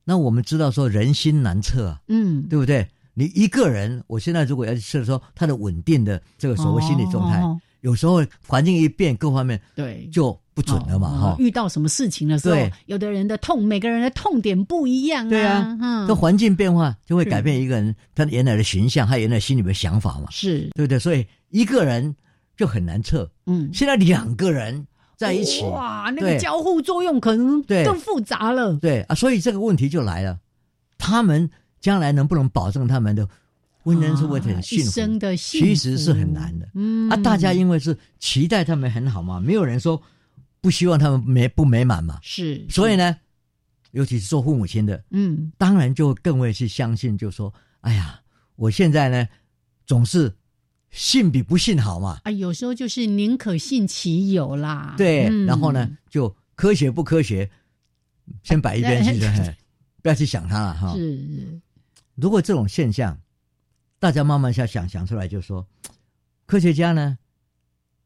那我们知道说人心难测啊，嗯，对不对？你一个人，我现在如果要去测说他的稳定的这个所谓心理状态，哦有时候环境一变，各方面对就不准了嘛，哈、哦遇到什么事情的时候对，有的人的痛，每个人的痛点不一样对啊啊。嗯这环境变化就会改是变一个人他原来的形象，他原来心里面的想法嘛，是对不对？所以一个人就很难测。嗯，现在两个人在一起，哇，那个对交互作用可能对更复杂了。对啊，所以这个问题就来了，他们将来能不能保证他们的婚姻是会很幸啊一福？生的幸福其实是很难的。嗯啊，大家因为是期待他们很好嘛，没有人说不希望他们美不美满嘛。是，所以呢，呢，尤其是做父母亲的，嗯，当然就更会去相信，就说：“哎呀，我现在呢，总是信比不信好嘛。啊，有时候就是宁可信其有啦。对，嗯然后呢，就科学不科学，先摆一 边去，嘿不要去想它了哈。是如果这种现象，大家慢慢想想想出来，就说科学家呢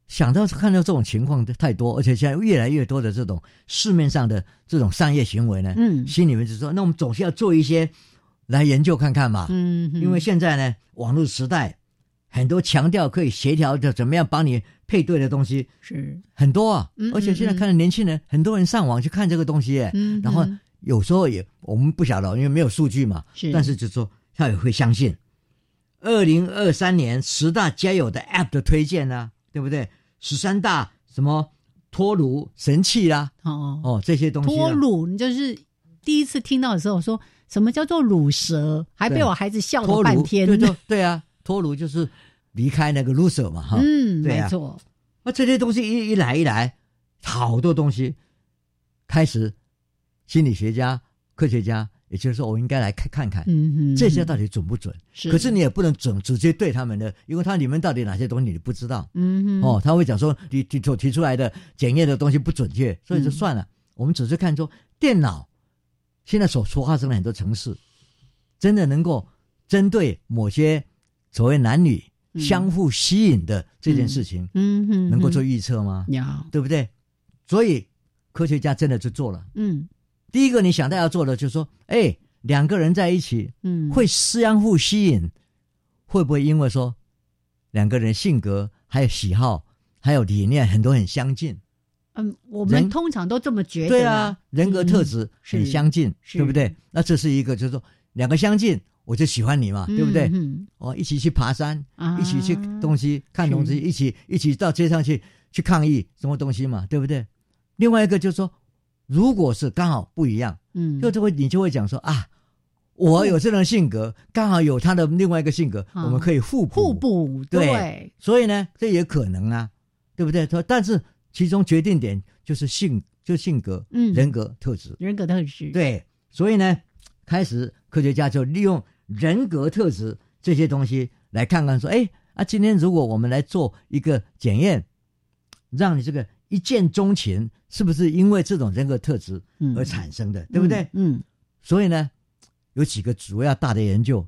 想到看到这种情况太多，而且现在越来越多的这种市面上的这种商业行为呢，嗯心里面就说，那我们总是要做一些来研究看看嘛，嗯，因为嗯现在呢，网络时代很多强调可以协调的怎么样帮你配对的东西是很多啊，嗯而且现在嗯嗯看到年轻人很多人上网去看这个东西耶，嗯 然后嗯有时候也我们不晓得，因为没有数据嘛，是但是就说他也会相信。二零二三年十大皆有的 App 的推荐啊，对不对？十三大什么脱炉神器啦、哦哦这些东西、啊，脱乳，你就是第一次听到的时候说什么叫做乳蛇，还被对我孩子笑脱了炉半天。对对对啊，脱炉就是离开那个 loser 嘛哈。嗯，对啊没错，那这些东西一一来一来，好多东西开始，心理学家、科学家，也就是说，我应该来看看看、嗯嗯，这些嗯到底准不准。是可是你也不能准直接对他们的，因为它里面到底哪些东西你不知道、嗯哦。他会讲说你你所提出来的检验的东西不准确，所以就嗯算了。我们只是看说电脑现在所所发生的很多城市，真的能够针对某些所谓男女嗯相互吸引的这件事情，嗯哼，能够做嗯预测吗？呀，对不对？所以科学家真的就做了。嗯第一个你想到要做的，就是说，哎，两个人在一起嗯，会相互吸引，会不会因为说两个人性格、还有喜好、还有理念很多很相近？嗯，我们人通常都这么觉得，对啊，，人格特质嗯很是相近，是对不对？那这是一个，就是说两个相近，我就喜欢你嘛，对不对？嗯哦，一起去爬山，啊一起去东西看东西，是一起一起到街上去去抗议什么东西嘛，对不对？另外一个就是说，如果是刚好不一样，嗯，就就会你就会讲说啊，我有这种性格，刚好有他的另外一个性格，嗯啊我们可以互补互。补，对对，所以呢，这也可能啊，对不对？说，但是其中决定点就是性，就性格、嗯人格特质。人格特质，，对，所以呢，开始科学家就利用人格特质这些东西来看看说，哎啊，今天如果我们来做一个检验，让你这个一见钟情，是不是因为这种人格特质嗯而产生的，对不对？嗯？所以呢，有几个主要大的研究，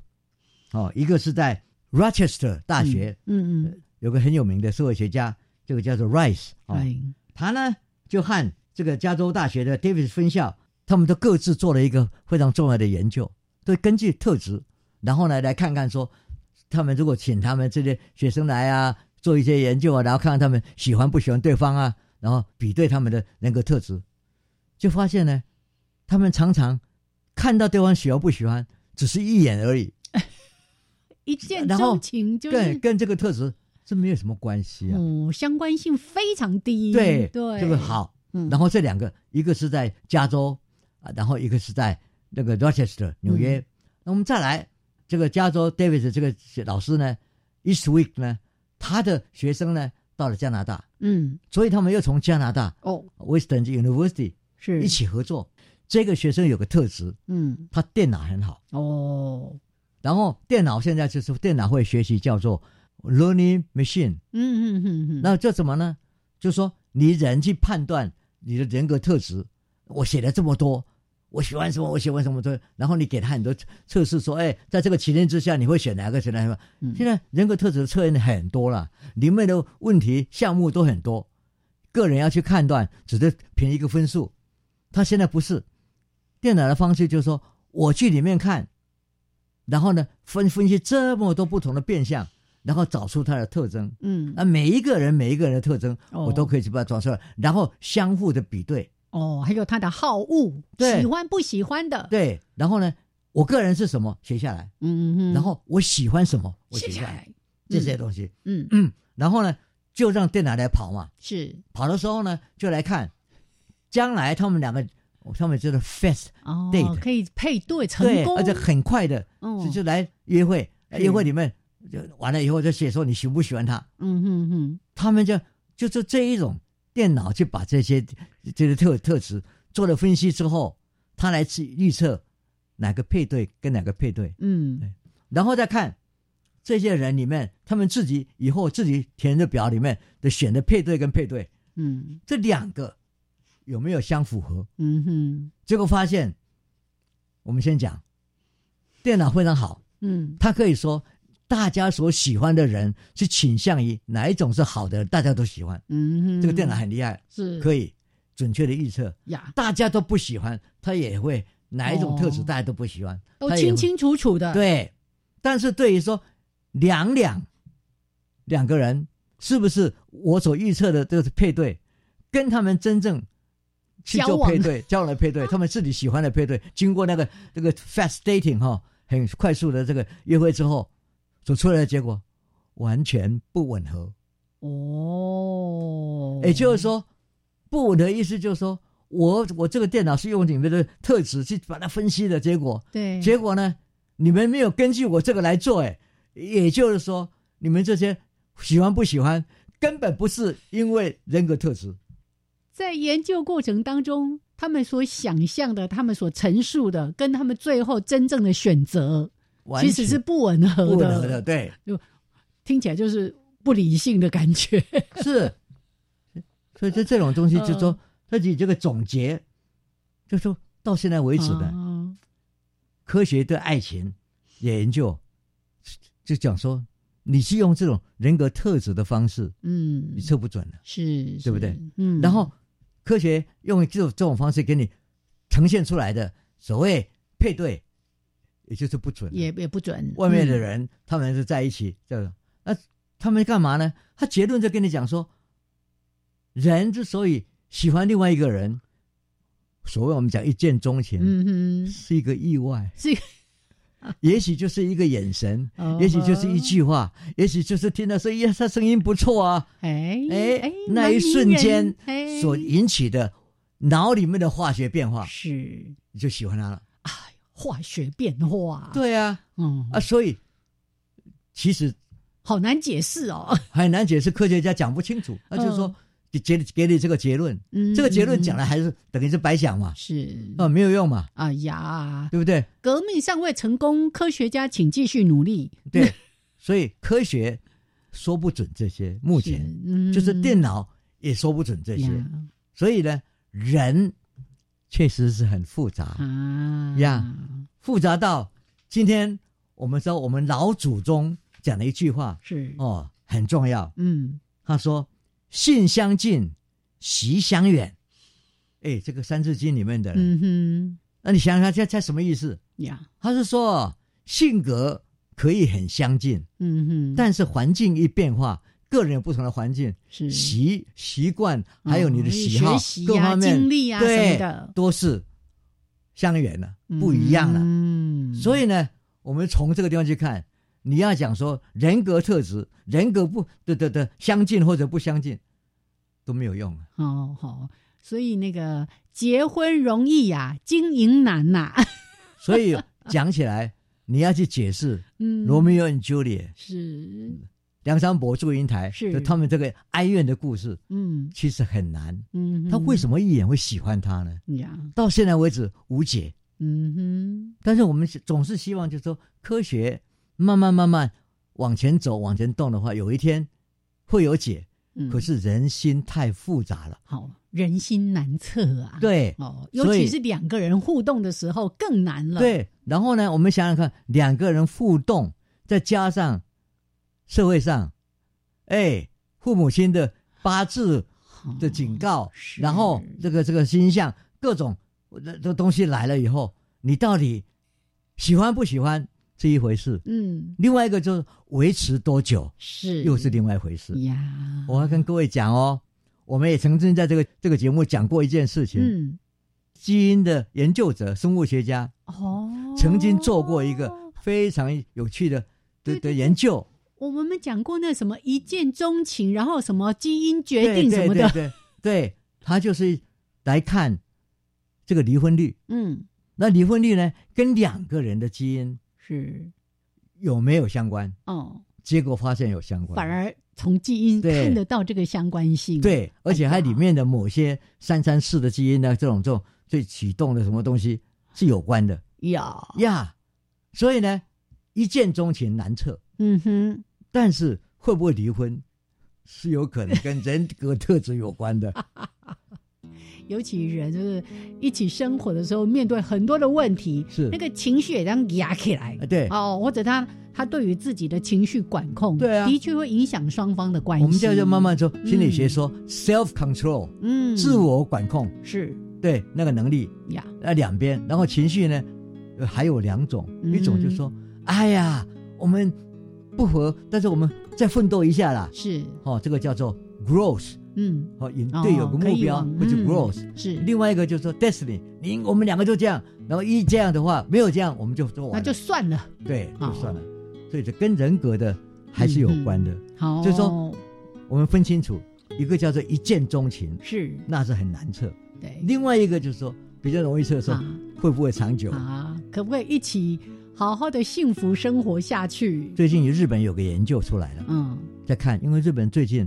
哦，一个是在 Rochester 大嗯，学、嗯，嗯有个很有名的社会学家，这个叫做 Rice 嗯，啊、哦，哎，他呢就和这个加州大学的 Davis 分校，他们都各自做了一个非常重要的研究，对，根据特质，然后呢来看看说，他们如果请他们这些学生来啊，做一些研究啊，然后看看他们喜欢不喜欢对方啊，然后比对他们的人格特质，就发现呢，他们常常看到对方喜欢不喜欢，只是一眼而已，一见然后钟情就跟是跟这个特质是没有什么关系啊。哦，相关性非常低，对对，这个，好。嗯然后这两个，一个是在加州啊，然后一个是在那个 Rochester 纽约。那我们再来这个加州 Davis 这个老师呢，Eastwick 呢，他的学生呢到了加拿大，嗯，所以他们又从加拿大哦 Western University 是一起合作。这个学生有个特质，嗯他电脑很好，哦然后电脑现在就是电脑会学习叫做 learning machine，嗯嗯嗯嗯，那这怎么呢？就是说你人去判断你的人格特质。我写了这么多，我喜欢什么，我喜欢什么的，然后你给他很多测试，说，哎，在这个情境之下，你会选哪个？选哪个？嗯现在人格特质的测验很多了，里面的问题项目都很多，个人要去判断，只是凭一个分数。他现在不是电脑的方式，就是说我去里面看，然后呢分分析这么多不同的变相，然后找出它的特征。嗯那每一个人每一个人的特征，哦我都可以去把它抓出来，然后相互的比对。哦，还有他的好恶，对喜欢不喜欢的，对，然后呢，我个人是什么写下来，嗯，嗯嗯，然后我喜欢什么我谢写谢下，来这些东西，嗯，然后呢就让电脑来跑嘛，是跑的时候呢就来看，将来他们两个，他们就是 fast 哦 date，、可以配对成对，功，而且很快的，哦就就来约会，是约会里面就完了以后就写说你喜不喜欢他，嗯嗯嗯，他们就就就这一种电脑去把这些这些特特质做了分析之后，他来去预测哪个配对跟哪个配对，嗯然后再看这些人里面，他们自己以后自己填的表里面的选的配对跟配对嗯这两个有没有相符合？嗯哼结果发现，我们先讲，电脑非常好，嗯它可以说大家所喜欢的人是倾向于哪一种是好的，大家都喜欢。嗯哼，这个电脑很厉害，是可以以准确的预测，呀，大家都不喜欢，他也会哪一种特质哦嗯大家都不喜欢，都它也清会清楚楚的，，对，但是对于说两两两个人是不是我所预测的这个配对，跟他们真正去交做往配对、交往的 配对，他们自己喜欢的配对，经过那个这个 fast dating 哈、很快速的这个约会之后所出来的结果完全不吻合。哦，也就是说，不吻合意思就是说我我这个电脑是用你们的特质去把它分析的结果，对，结果呢，你们没有根据我这个来做，哎，也就是说，你们这些喜欢不喜欢，根本不是因为人格特质，在研究过程当中，他们所想象的、他们所陈述的，跟他们最后真正的选择，完其全实是不吻合不的，吻合的，对，听起来就是不理性的感觉。是。所以这这种东西，就说嗯自己这个总结，就说到现在为止的啊科学对爱情也研究，就讲说你是用这种人格特质的方式，嗯，你测不准的。是，对不对是？嗯，然后科学用这种这种方式给你呈现出来的所谓配对，也就是不准的。也也不准，外面的嗯人、他们是在一起，这种那他们干嘛呢？他结论就跟你讲说，人之所以喜欢另外一个人，所谓我们讲一见钟情，嗯哼，是一个意外，是一个 也许就是一个眼神，哦也许就是一句话，也许就是听到说，呀，他声音不错啊，哎哎，那一瞬间所啊以引起的脑里面的化学变化，是你就喜欢他了。化学变化，，对啊，嗯，啊，所以其实好难解释哦，很难解释，科学家讲不清楚，那啊就是说嗯给给给你这个结论，嗯，这个结论讲了了还是等于是白讲嘛，是，啊，没有用嘛，哎呀，对 不对？革命尚未成功，科学家请继续努力。对，所以科学说不准这些，目前嗯就是电脑也说不准这些，呀所以呢，人确实是很复杂。啊呀复杂到今天我们说我们老祖宗讲的一句话是哦，很重要。嗯他说：“性相近，习相远。”哎，这个《三字经》里面的，嗯哼那你想想这这什么意思？呀他是说性格可以很相近，嗯哼，但是环境一变化，个人有不同的环境。是习习惯，还有你的哦喜好，学习各呀方面经历呀对什么的都是相远了，不一样了。嗯，所以呢，我们从这个地方去看，你要讲说人格特质、人格不的的的相近或者不相近都没有用啊。哦好，所以那个结婚容易呀、经营难呐、所以讲起来，你要去解释，嗯罗密欧与朱丽叶、是，梁山伯祝英台，是就他们这个哀怨的故事，嗯其实很难。嗯，他为什么么一眼会喜欢他呢？呀？到现在为止无解。嗯哼，但是我们总是希望，就是说科学慢慢慢慢往前走、往前动的话，有一天会有解。嗯可是人心太复杂了，好，人心难测啊。对哦，尤所以其是两个人互动的时候更难了。，对。然后呢，我们想想看，两个人互动，再加上社会上，哎，父母亲的八字的警告，嗯是然后这个这个星象各种这这东西来了以后，你到底喜欢不喜欢是一回事，嗯，另外一个就是维持多久是，又是另外一回嗯事。呀，我要跟各位讲哦，我们也曾经在这个这个节目讲过一件事情，嗯，基因的研究者、生物学家哦，曾经做过一个非常有趣的对的对的研究，我们讲过那什么一见钟情，然后什么基因决对定什么的，对对对对，他就是来看这个离婚率。嗯，那离婚率呢，跟两个人的基因是有没有相关？哦，结果发现有相关，反而从基因对看得到这个相关性。对，而且它哎呀里面的某些三三四的基因呢，这种这种最启动的什么东西是有关的呀，呀。所以呢，一见钟情难测，嗯哼，但是会不会离婚是有可能跟人格特质有关 的。尤其人就是一起生活的时候，面对很多的问题，是那个情绪也这样压起来啊，对，哦，或者他他对于自己的情绪管控，对啊的确会影响双方的关系。我们现在就慢慢说，心理学嗯说 self control，嗯，自我管控，是对那个能力，呀，那两边，然后情绪呢，呃还有两种，嗯一种就说，哎呀，我们不和，但是我们再奋斗一下啦，是哦，这个叫做 growth，嗯，哦，也哦对，有个可目以标往或者嗯 growth。是，另外一个就是说 destiny，你我们两个就这样，然后一这样的话，没有这样我们就做完那了，就算了。对，好就算了。所以这跟人格的还是有关的，好，就是说我们分清楚，一个叫做一见钟情，是那是很难测；对另外一个就是说比较容易测的说啊会不会长久。啊，可不可以一起好好的幸福生活下去？最近日本有个研究出来了，嗯在看，因为日本最近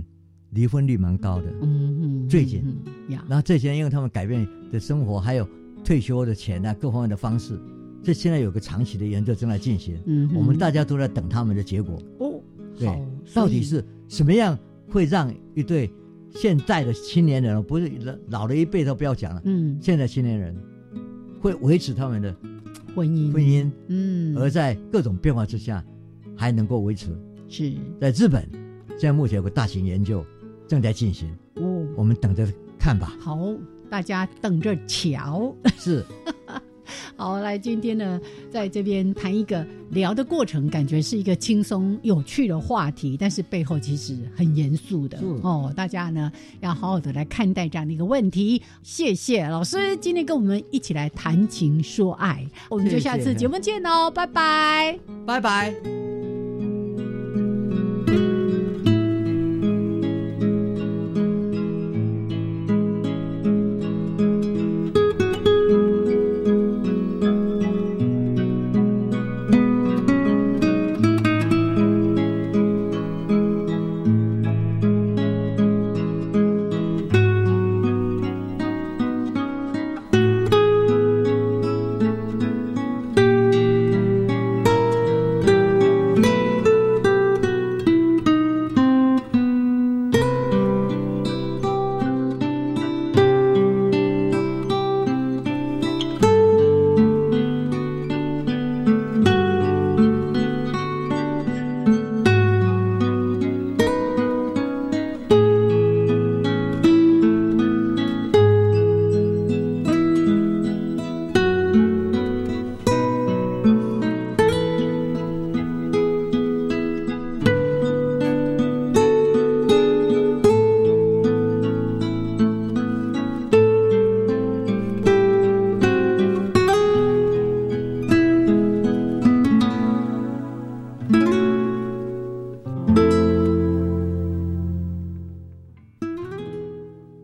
离婚率蛮高的，嗯嗯，最近嗯嗯呀，然后这些人因为他们改变的生活，还有退休的钱啊，各方面的方式，这现在有个长期的研究正在进行，嗯哼，我们大家都在等他们的结果，哦，对好到所以底是什么样会让一对现在的青年人，不是老老了一辈都不要讲了，嗯现在青年人会维持他们的婚姻婚姻，嗯而在各种变化之下还能够维持。是在日本，现在目前有个大型研究正在进行，哦我们等着 看吧。好，大家等着瞧。 是，好，来今天呢，在这边谈一个聊的过程，感觉是一个轻松有趣的话题，但是背后其实很严肃的是哦。大家呢要好好的来看待这样的一个问题。谢谢老师今天跟我们一起来谈情说爱，我们就谢谢哦下次节目见喽，拜拜。拜拜。